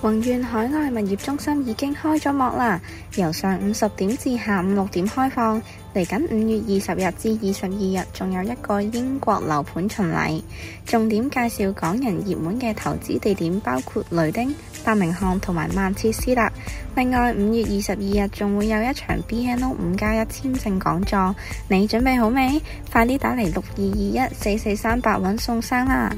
宏願海外物業中心已經開咗幕啦，由上午十點至下午六點開放。嚟緊五月二十日至二十二日，仲有一個英國樓盤巡禮，重點介紹港人熱門嘅投資地點，包括雷丁、伯明翰同埋曼徹斯特。另外，五月二十二日仲會有一場 BNO 五加一簽證講座，你準備好未？快啲打嚟六二二一四四三八揾宋生啦！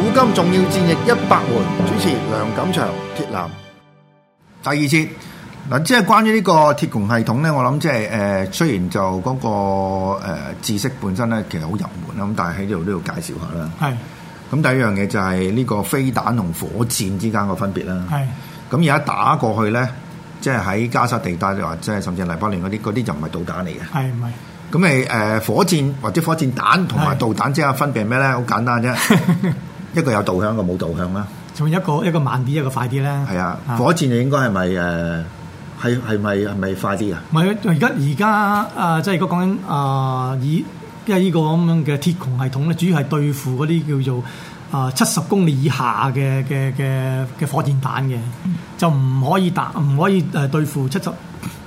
古今重要戰役一百回，主持梁錦祥、鐵男。第二節嗱，即係關於呢個鐵穹系統咧，我諗即係誒，雖然就嗰、個、呃、知識本身咧，其實好入門啦，咁但係喺呢度都要介紹下啦。係咁第一樣嘢就係呢個飛彈同火箭之間個分別啦。係咁而家打過去咧，即係喺加沙地帶或者係甚至係黎巴嫩嗰啲，嗰啲就唔係導彈嚟嘅。係唔係？咁你誒火箭或者火箭彈同埋係導彈之間分別係咩咧？好簡單啫，一個有導向，一個冇導向啦。仲有一個一個慢啲，一個快啲啦。係啊，火箭就應該係咪誒係係咪係咪快啲啊？唔係而家而家啊，即係如果講緊啊，以因為呢個咁樣嘅鐵穹系統咧，主要係對付嗰啲叫做啊七十公里以下嘅嘅嘅嘅火箭彈嘅，就唔可以打唔可以誒對付七十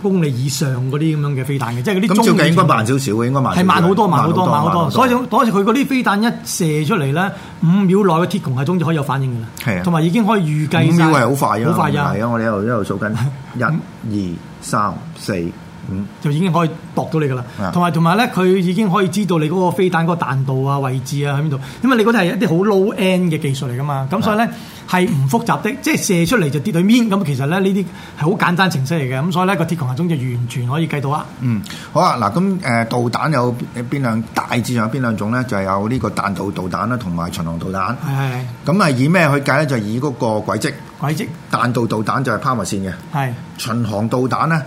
公里以上嗰啲咁樣嘅飛彈嘅，即係嗰啲咁中照計應該程慢少少嘅，應該慢少少係慢好多，慢好多，慢好多。所以慢嗰時佢嗰啲飛彈一射出嚟咧，五秒內嘅鐵穹系統就可以有反應㗎係啦啊，同埋已經可以預計五晒秒係好快啊，好快啊係，啊！我哋一路一路數 緊，一、二、三、四、五，就已經可以度到你噶啦啊。同埋同埋咧，佢已經可以知道你嗰個飛彈嗰個彈道啊、位置啊喺邊度，因為你嗰啲係一啲好 low end 嘅技術嚟噶啊嘛。咁所以咧係唔複雜的，即係射出嚟就跌到面。咁其實咧呢啲係好簡單程式嚟嘅。咁所以咧個鐵穹系統就完全可以計到啊。嗯，好啊！嗱，咁誒導彈有邊兩大致上有邊兩種咧？就係有呢個彈道導彈啦，同埋巡航導彈。係係咁啊，以咩去計咧？就以嗰個軌跡。係軌跡彈道導彈就係拋物線嘅，係巡航導彈咧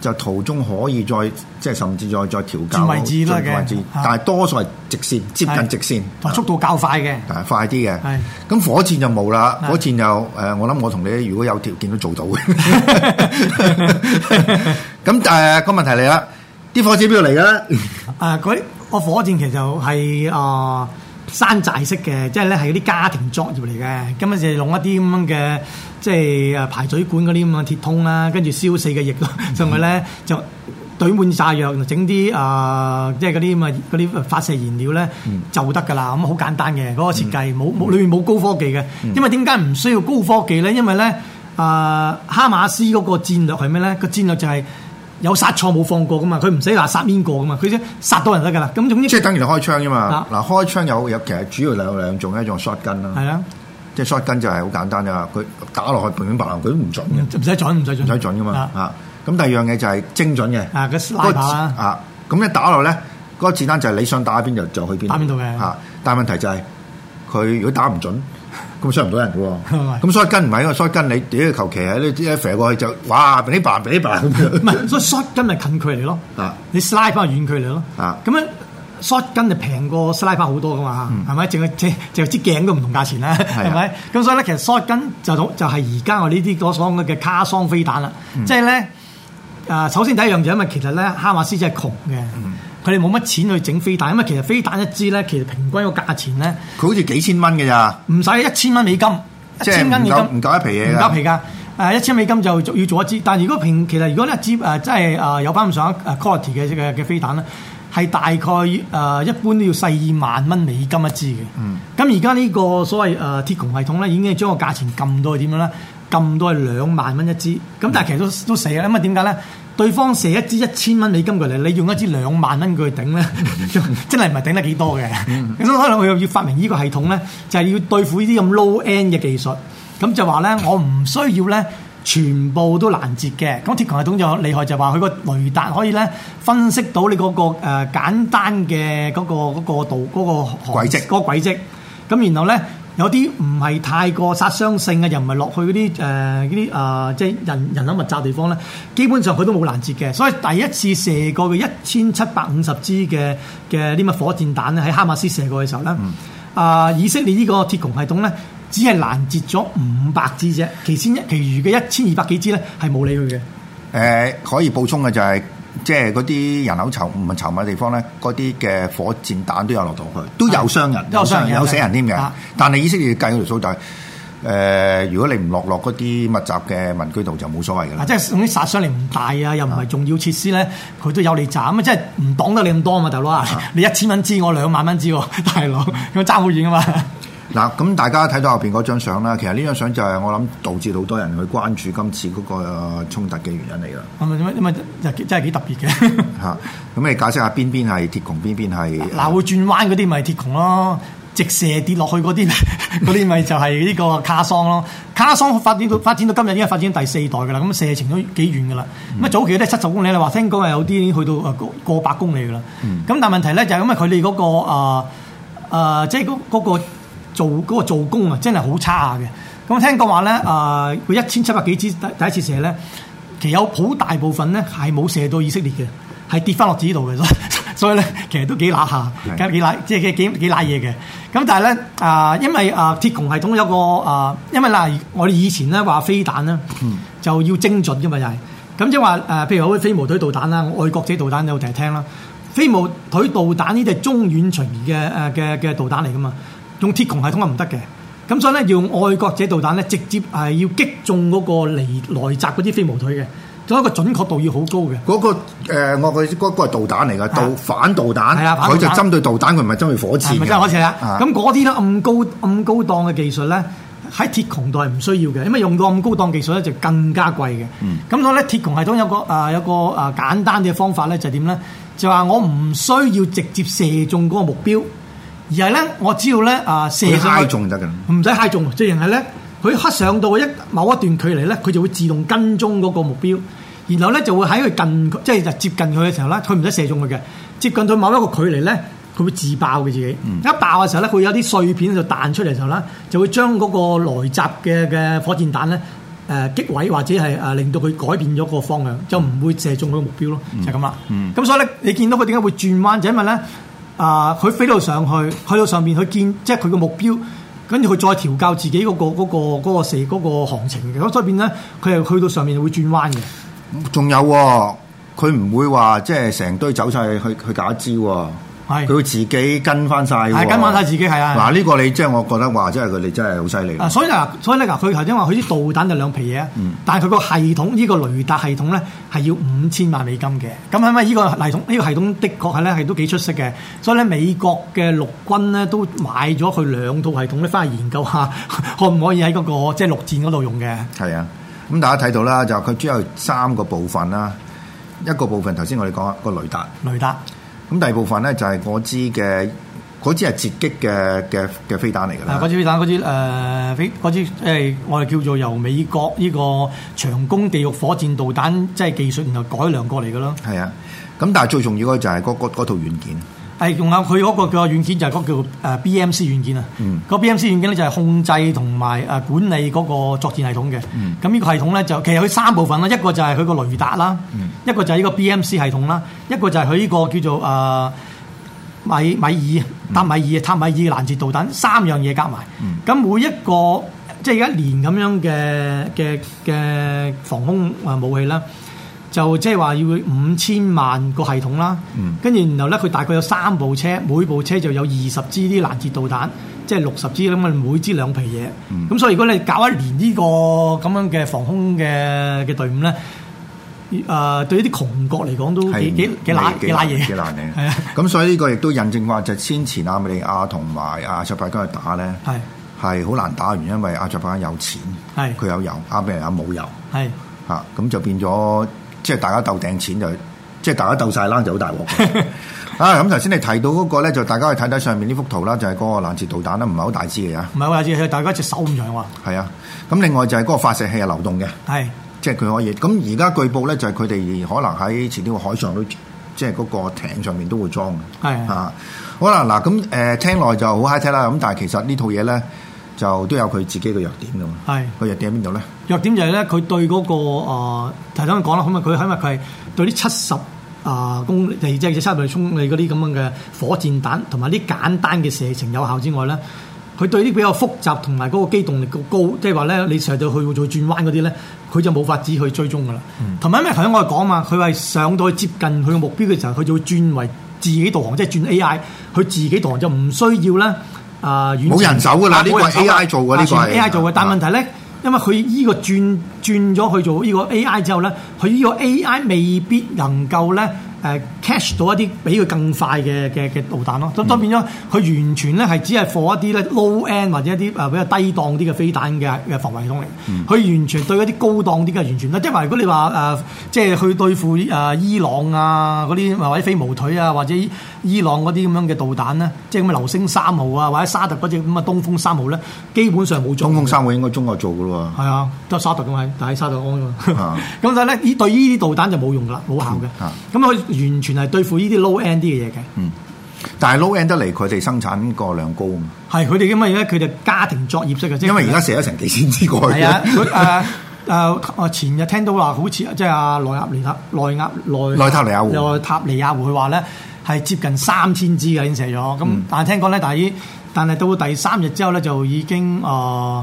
就途中可以再即係甚至再再調校轉位置啦轉嘅位置嚇但係多數係直線，接近係直線，同埋速度較快嘅。但係快啲嘅係。咁火箭就冇啦，係火箭就誒、呃我諗我同你如果有條件都做到 嘅。咁但係個問題嚟啦，啲火箭邊度嚟㗎 咧？啊，嗰啲個火箭其實就係、啊、山寨式嘅，即係咧係嗰啲家庭作業嚟嘅。咁啊就用一啲咁樣嘅即係誒排水管嗰啲咁嘅鐵通啦，跟住燒死嘅液咯，上去咧就。懟滿炸藥，整啲啊，即係嗰啲咁啊，嗰啲發射燃料咧、就得㗎啦。咁好簡單嘅，嗰、個設計冇冇裏面冇高科技嘅。因為點解唔需要高科技咧？因為咧啊、哈馬斯嗰個戰略係咩咧？個戰略就係、有殺錯冇放過噶嘛，佢唔使話殺邊個噶嘛，佢即係殺到人得噶啦。咁總之即係等於你開槍啫嘛啊。嗱，開槍有有其實主要有兩種，一種 shotgun 啦，係啊，即係 shotgun 就係好簡單咋，佢打落去半邊白佢都唔準嘅。唔使準，唔使準，唔使準噶嘛嗯啊啊！咁第二樣嘢就係精準嘅啊個嗰個 sniper 啦子啊！咁一打落咧，嗰個子彈就係你想打邊就就去邊打邊度嘅嚇。但係問題就係佢如果打唔準， 咁傷唔到人嘅係咪喎。咁所以跟唔係因為啊所以跟你屌求其喺呢一射過去就哇俾你扮俾你扮咁唔樣係，所以 shot 跟咪近距離咯啊，你 slide 翻遠距離咯啊，咁樣 shot 跟就平過 slide 翻好多噶嘛，係咪？淨係淨淨係支鏡都唔同價錢啦，嗯啊係咪？咁所以咧，其實 shot 跟就就係而家我呢啲嗰所講嘅卡桑飛彈啦，嗯即係咧誒，首先第一樣嘢，因為其實咧哈馬斯真係窮嘅。嗯佢哋冇乜錢去整飛彈，因為其實飛彈一支咧，其實平均個價錢咧佢好似幾千蚊嘅咋，唔使一千蚊美金，一即係千唔蚊美金夠唔夠一皮嘢唔㗎夠皮㗎。誒一千美金就做要做一支，但係如果平其實如果一支誒即係誒有翻咁上下誒 quality 嘅嘅嘅飛彈咧，係大概誒、呃一般都要四萬蚊美金一支嘅。咁而家呢個所謂誒、呃、鐵穹系統咧，已經係將個啊價錢撳到係點樣咧？撳到係兩萬蚊一支。咁但係其實都都死啦，因為點解咧？對方射一支一千蚊美金過嚟，你用一支兩萬蚊佢去頂咧，真係唔係頂得幾多嘅。咁所以可能佢又要發明呢個系統咧，就係、要對付呢啲咁 low end 嘅技術。咁就話咧，我唔需要咧。全部都攔截嘅，咁鐵穹系統就厲害就話佢個雷達可以咧分析到你嗰、個誒、呃、簡單嘅嗰、個嗰、個道嗰、個航軌跡嗰個軌跡。咁然後咧有啲唔係太過殺傷性嘅，又唔係落去嗰啲誒呃嗰啲誒即係人人口密集地方咧，基本上佢都冇攔截嘅。所以第一次射過嘅一千七百五十支嘅嘅呢乜火箭彈咧，喺哈馬斯射過嘅時候咧，啊、以色列呢個鐵穹系統咧。只係攔截咗五百支啫，其先一其餘嘅一千二百幾支咧係冇理佢嘅。誒、可以補充嘅就係、即係嗰啲人口稠唔係稠密嘅地方咧，嗰啲嘅火箭彈都有落到去，都有傷人，都有傷人有死人添嘅啊。但係以色列計嗰條數就係、誒、如果你唔落落嗰啲密集嘅民居度就冇所謂㗎啊，啦。即係總之殺傷力唔大啊，又唔係重要設施咧，佢都有你斬啊！即係唔擋得你咁多啊嘛，大佬啊！你一千蚊支，我兩萬蚊支喎，大佬咁爭好遠啊嘛！嗱，咁大家睇到後邊嗰張相啦，其實呢張相就係我諗導致好多人去關注今次嗰個呃衝突嘅原因嚟啦。咁咪咁咪真係幾特別嘅。嚇，咁你解釋下邊邊係鐵穹，邊邊係嗱，會轉彎嗰啲咪鐵穹咯，直射跌落去嗰啲 嗰啲咪就係呢個卡桑咯。卡桑發展到發展到今日已經係發展到第四代㗎啦，咁射程都幾遠㗎啦。咁啊、早期都係七十公里，你話聽講係有啲已經去到誒過過百公里㗎啦。咁、但係問題咧就係因為佢哋嗰個誒、呃呃即係嗰嗰個做嗰、個做工啊，真係好差嘅。咁聽講話咧誒，啊佢一千七百幾支第第一次射咧。其實有好大部分咧係冇射到以色列嘅，係跌翻落自己度嘅，所以所以咧其實都幾揦下，係幾幾揦即係幾幾幾揦嘢嘅。咁但係咧啊，因為啊、鐵穹系統有個啊、因為嗱、我哋以前咧話飛彈咧、就要精準嘅嘛，就係咁即係話誒，譬如好似飛毛腿導彈啦，我愛國者導彈有成日聽啦，飛毛腿導彈呢啲係中遠巡嘅誒嘅嘅導彈嚟噶嘛，用鐵穹系統係唔得嘅。咁所以咧，用愛國者導彈咧，直接係要擊中嗰個嚟來襲嗰啲飛毛腿嘅，仲有一個準確度要好高嘅。嗰、個呃我嘅嗰個係導彈嚟㗎，導啊反導係啊彈，反導彈佢就針對導彈，佢唔係針對火箭係㗎。咪真係可以啦？啊咁嗰啲咧咁高咁高檔嘅技術咧，喺鐵穹度係唔需要嘅，因為用到咁高檔技術咧就更加貴嘅。嗯咁所以咧，鐵穹系統有個啊、有個啊、簡單嘅方法咧，就係點咧？就話我唔需要直接射中嗰個目標，而係咧我只要咧啊、射佢上去嗨中就得㗎啦。唔使揩中，即係係咧，佢黑上到一某一段距離咧，佢就會自動跟蹤嗰個目標，然後咧就會喺佢近即係就接近佢嘅時候咧，佢唔使射中佢嘅，接近到某一個距離咧，佢會自爆嘅自己。一爆嘅時候咧，佢有啲碎片就彈出嚟嘅時候咧，就會將嗰個來襲嘅嘅火箭彈咧。誒、擊毀或者係誒、啊令到佢改變咗個方向，就唔會射中佢個目標咯，就係咁啦。咁、所以咧，你見到佢點解會轉彎，就因為咧。啊，佢飛到上去，去到上邊，佢見即係佢個目標，跟住佢再調校自己嗰、個嗰、個嗰、個射嗰、個行程嘅，咁所以變咧，佢係去到上面會轉彎嘅。仲有喎、佢唔會話即係成堆走晒去去去搞一招喎、係佢會自己跟翻晒喎。係跟翻晒自己係啊嗱，呢個你即係我覺得話，即係佢哋真係好犀利。啊，所以嗱，所以咧嗱，佢頭先話佢啲導彈就兩皮嘢，但係佢個系統呢、個雷達系統咧係要五千萬美金嘅。咁係咪呢個系統呢、個系統的確係咧係都幾出色嘅？所以咧美國嘅陸軍咧都買咗佢兩套系統咧，翻去研究下 可唔可以喺嗰、個即係陸戰嗰度用嘅。係啊，咁大家睇到啦，就佢主要有三個部分啦。一個部分頭先我哋講啊個雷達，雷達咁第二部分咧就係嗰支嘅嗰支係截擊嘅嘅嘅飛彈嚟㗎啊！嗰啦。支飛彈，嗰支誒飛，嗰支誒，我哋叫做由美國呢個長弓地獄火箭導彈即係技術，然後改良過嚟嘅咯。係啊，咁但係最重要嘅就係嗰嗰嗰套軟件。係仲有佢嗰個嘅軟件就係嗰個叫誒 BMC 軟件啊。個 BMC 軟件咧就係控制同埋誒管理嗰個作戰系統嘅。咁呢個系統咧就其實佢三部分啦，一個就係佢個雷達啦，一個就係呢個 BMC 系統啦，一個就係佢呢個叫做呃誒。米米爾、塔米爾、塔米爾嘅攔截導彈三樣嘢夾埋，咁、每一個即係一年咁樣嘅嘅嘅防空啊武器啦，就即係話要五千萬個系統啦，跟住、然後咧佢大概有三部車，每部車就有二十支啲攔截導彈，即係六十支咁啊，每支兩皮嘢，咁、所以如果你搞一年呢個咁樣嘅防空嘅嘅隊伍咧。誒、對呢啲窮國嚟講都哦幾係幾幾揦幾揦嘢，幾難嘅。 係啊，咁所以呢個亦都印證話，就先前亞美利亞同埋阿塞拜疆去打咧，係係好難打完，因為阿塞拜疆有錢，係佢有油，亞美利亞冇油係。啊嚇，咁就變咗即係大家鬥掟錢就，即係大家鬥晒冷就好大鑊 嘅。啊，咁頭先你提到嗰個咧，就大家去睇睇上面呢幅圖啦，就係、嗰個攔截導彈啦，唔係好大支嘅呀，唔係好有知，大家隻手咁長喎，係啊。咁另外就係嗰個發射器係流動嘅，係即係佢可以。咁而家據報咧，就係佢哋可能喺前啲海上都，即係嗰個艇上面都會裝嘅。係係啊，好啦，嗱咁誒聽落就好 high tech 啦，咁但係其實呢套嘢咧就都有佢自己嘅弱點嘅嘛。係。佢弱點喺邊度咧？弱點就係咧，佢對嗰、個誒，頭先講啦，咁啊佢因為佢係對啲七十啊公里，即係七十里衝里嗰啲咁樣嘅火箭彈，同埋啲簡單嘅射程有效之外咧，佢對啲比較複雜同埋嗰個機動力高，即係話咧你成日到去會做轉彎嗰啲咧，佢就冇法子去追蹤噶啦。嗯同埋、因為頭先我哋講嘛，佢係上到去接近佢嘅目標嘅時候，佢就會轉為自己導航，即係轉 AI，佢自己導航就唔需要咧啊、遠程冇人手㗎啦啊呢個係冇人手 AI 做㗎呢個啊全部係 AI 做嘅，但啊問題咧，因為佢依個轉轉咗去做呢個 AI 之後咧，佢呢個 AI 未必能夠咧誒 catch 到一啲比佢更快嘅嘅嘅導彈咯。咁所以變咗佢完全咧係只係放一啲咧 low end 或者一啲啊誒比較低檔啲嘅飛彈嘅嘅防衛系統嚟。嗯佢、完全對一啲高檔啲嘅完全咧，即係話如果你話誒、呃即係去對付誒、呃伊朗啊嗰啲或者飛毛腿啊或者伊伊朗嗰啲咁樣嘅導彈咧，即係咁嘅流星三號啊或者沙特嗰只咁嘅東風三號咧，基本上冇做中嘅。風三會應該中國做嘅咯係啊，都係沙特咁喺，但係沙特安㗎嘛。啊 咁但係咧，呢對呢啲導彈就冇用㗎啦，冇效嗯啊嗯嘅。咁佢完全係對付呢啲 low end 啲嘅嘢嘅。喎。但係 low end 得嚟，佢哋生產個量高啊嘛。係佢哋因為咧，佢哋家庭作業式嘅，即係因為而家射咗成幾千支過去。係啊，佢誒誒，我前日聽到話，好似即係阿內亞尼塔內亞內內塔尼亞胡內塔尼亞胡佢話咧係接近三千支嘅已經射咗，咁、嗯但係聽講咧，但係但係到第三日之後咧就已經誒。呃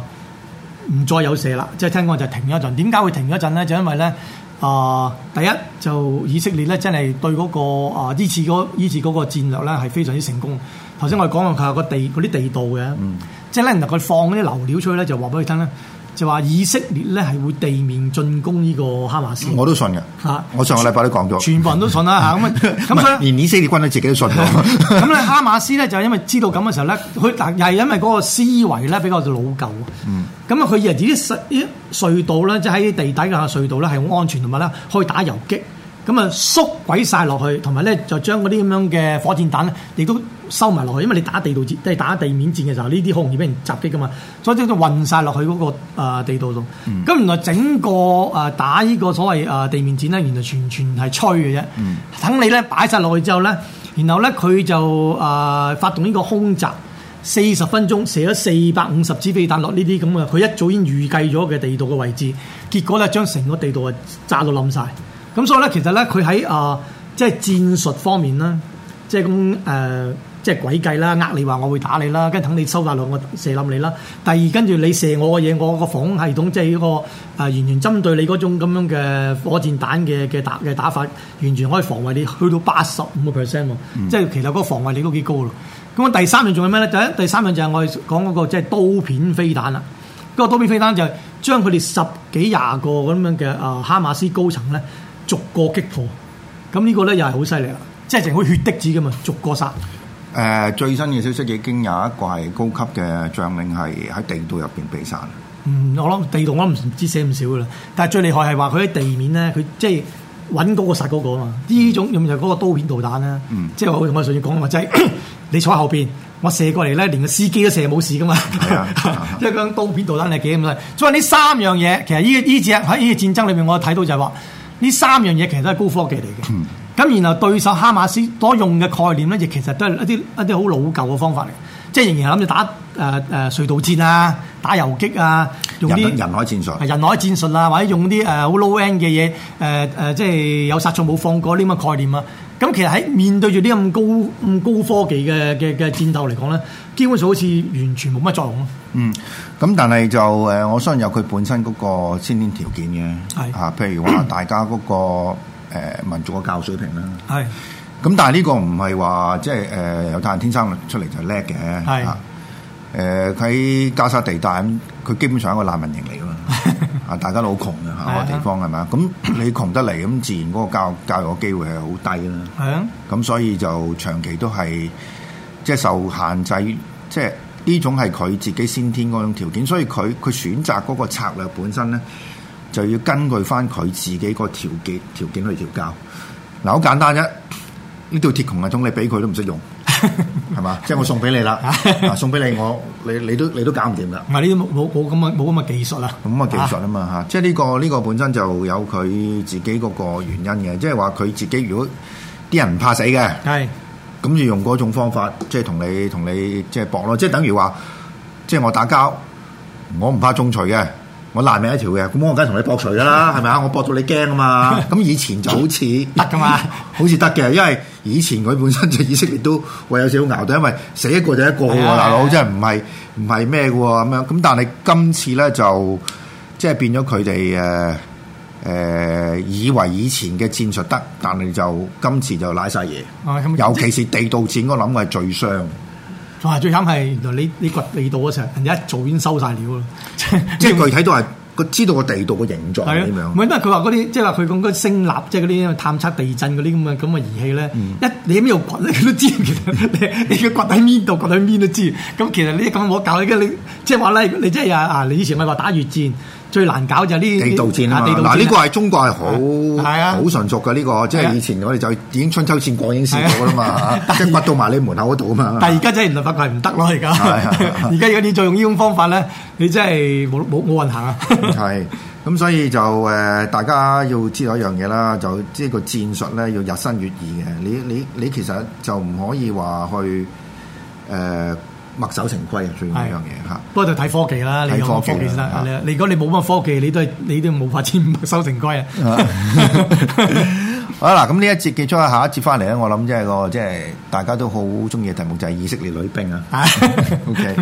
唔再有射啦，即係聽講就停咗一陣。點解會停咗一陣咧？就因為咧，啊、第一就以色列咧真係對嗰、個啊依、次嗰依次嗰個戰略咧係非常之成功。頭先我哋講過佢有個地嗰啲地道嘅，即係咧，原來佢放嗰啲流料出去咧，就話俾佢聽咧，就話以色列咧係會地面進攻呢個哈馬斯。我都信嘅。啊我上個禮拜都講咗。全部人都信啦嚇，咁啊咁唔所係以。啊連以色列軍都自己都信 喎。 咁咧，哈馬斯咧就因為知道咁嘅時候咧，佢嗱又係因為嗰個思維咧比較老舊。咁啊，佢以為自己隧啲隧道咧，即係喺地底嘅隧道咧係好安全，同埋咧可以打遊擊。咁啊，縮鬼晒落去，同埋咧就將嗰啲咁樣嘅火箭彈咧，亦都收埋落去，因為你打地道戰，即係打地面戰嘅時候，呢啲好容易俾人襲擊噶嘛，所以就運晒落去嗰、個、呃、地道度。咁、原來整個誒、呃打呢個所謂誒、呃地面戰咧，原來全全係吹嘅啫。等你咧擺晒落去之後咧，然後咧佢就誒、呃、發動呢個空襲。四十分鐘射咗四百五十支飛彈落呢啲咁嘅，佢一早已經預計咗嘅地道嘅位置，結果咧將成個地道啊炸到冧晒。咁所以咧，其實咧佢喺啊即係戰術方面啦，即係咁誒，即係詭計啦，呃你話我會打你啦，跟住等你收晒落我射冧你啦。第二跟住你射我嘅嘢，我個防空系統即係呢個誒、呃完全針對你嗰種咁樣嘅火箭彈嘅嘅打嘅打法，完全可以防衞你去到八十五個 percent 喎，即係其實嗰個防衞力都幾高咯。咁啊，第三樣仲係咩咧？第一第三樣就係我哋講嗰個即係刀片飛彈啦。嗰個刀片飛彈就係將佢哋十幾廿個咁樣嘅啊哈馬斯高層咧，逐個擊破。咁呢個咧又係好犀利啦，即係成好血滴子咁啊，逐個殺。誒最新嘅消息已經有一個係高級嘅將領係喺地道入邊被殺。嗯，我諗地道我都唔知寫唔少噶啦，但係最厲害係話佢喺地面咧，佢即係揾嗰個殺嗰個啊嘛。呢種咁就嗰個刀片導彈咧，嗯即係我我上次講嘅話，即係 你坐喺後邊，我射過嚟咧，連個司機都射冇事噶嘛啊係啊。即係講刀片導彈係幾咁犀利。所以呢三樣嘢，其實呢呢隻喺呢個戰爭裏面，我睇到就係話呢三樣嘢其實都係高科技嚟嘅。嗯咁然後對手哈馬斯所用嘅概念咧，亦其實都係一啲一啲好老舊嘅方法嚟，即係仍然諗住打誒誒、呃隧道戰啊，打遊擊啊，用人啲人海戰係術。人海戰術啊，或者用啲誒好 low end 嘅嘢，誒、誒、即係有殺錯冇放過呢啲咁嘅概念啊。咁其實喺面對住啲咁高咁高科技嘅嘅嘅戰鬥嚟講咧，基本上好似完全冇乜作用咯。嗯，咁但係就誒，我相信有佢本身嗰個先天條件嘅。係啊，譬如話大家嗰個誒民族嘅教育水平啦。係咁但係呢個唔係話即係誒猶太人天生出嚟就叻嘅，係啊誒佢喺加沙地帶咁，佢基本上係一個難民營嚟㗎 嘛，啊大家都好窮嘅係嚇啊個地方係咪啊？咁你窮得嚟咁，自然嗰個教教育嘅機會係好低啦。係啊，咁所以就長期都係即係受限制，即係呢種係佢自己先天嗰種條件，所以佢佢選擇嗰個策略本身咧，就要根據翻佢自己個條件條件去調校。嗱，好簡單啫，呢條鐵穹系統你俾佢都唔識用，係嘛？即係我送俾你啦，啊送俾你我你你都你都搞唔掂㗎。唔係呢啲冇冇冇咁嘅冇咁嘅技術啊。咁嘅技術啊嘛嚇，即係呢個呢個本身就有佢自己嗰個原因嘅，即係話佢自己如果啲人唔怕死嘅，係咁就用嗰種方法，即係同你同你即係搏咯，即係等於話，即係我打交，我唔怕中錘嘅，我爛命一條嘅，咁我梗係同你搏錘㗎 啦，係咪啊？我搏到你驚啊嘛，咁以前就好似得㗎嘛。 好似得嘅，因為以前佢本身就以色列都喂有少少矛盾，因為死一個就一個喎，係啊大係佬啊真係唔係唔係咩嘅喎咁樣。咁但係今次咧就即係變咗佢哋誒誒以為以前嘅戰術得，但係就今次就賴晒嘢。啊咁尤其是地道戰，我諗我係最傷。同埋最慘係原來你你掘地道嗰時候，人哋一早已經收晒料啊啦， 即 係具體都係個知道個地道嘅形狀係係啊，點唔樣係。因為佢話嗰啲，即係話佢講嗰啲聲納，即係嗰啲探測地震嗰啲咁嘅咁嘅儀器嗯咧，一 你喺邊度掘咧，佢都知。其實你你嘅掘喺邊度，掘喺邊都知。咁其實呢啲咁我搞，跟住你即係話咧，你真係啊啊！你以前咪話打越戰最難搞就係呢地道戰啊啊嘛，地道戰啊嗱呢個係中國係好係啊好純熟嘅呢個，即係啊係以前我哋就已經春秋戰國已經試過啦嘛係啊， 即係掘到埋你門口嗰度啊嘛。 但係而家真係原來發覺係唔得咯，而家係係係 而家如果你再用呢種方法咧，你真係冇冇冇運行啊！ 係，咁所以就誒、呃大家要知道一樣嘢啦，就即係個戰術咧要日新月異嘅。你你你其實就唔可以話去誒、呃墨守成規啊，最緊要一樣嘢嚇。不過就睇科技啦，你有冇科技先睇科技得啦。你如果你冇乜科技，你都係你都冇法千百收成歸啊！ 好啦，咁呢一節結束啦，下一節翻嚟咧，我諗即係個即啊係大家都好中意嘅題目就係以色列女兵啊。係 OK。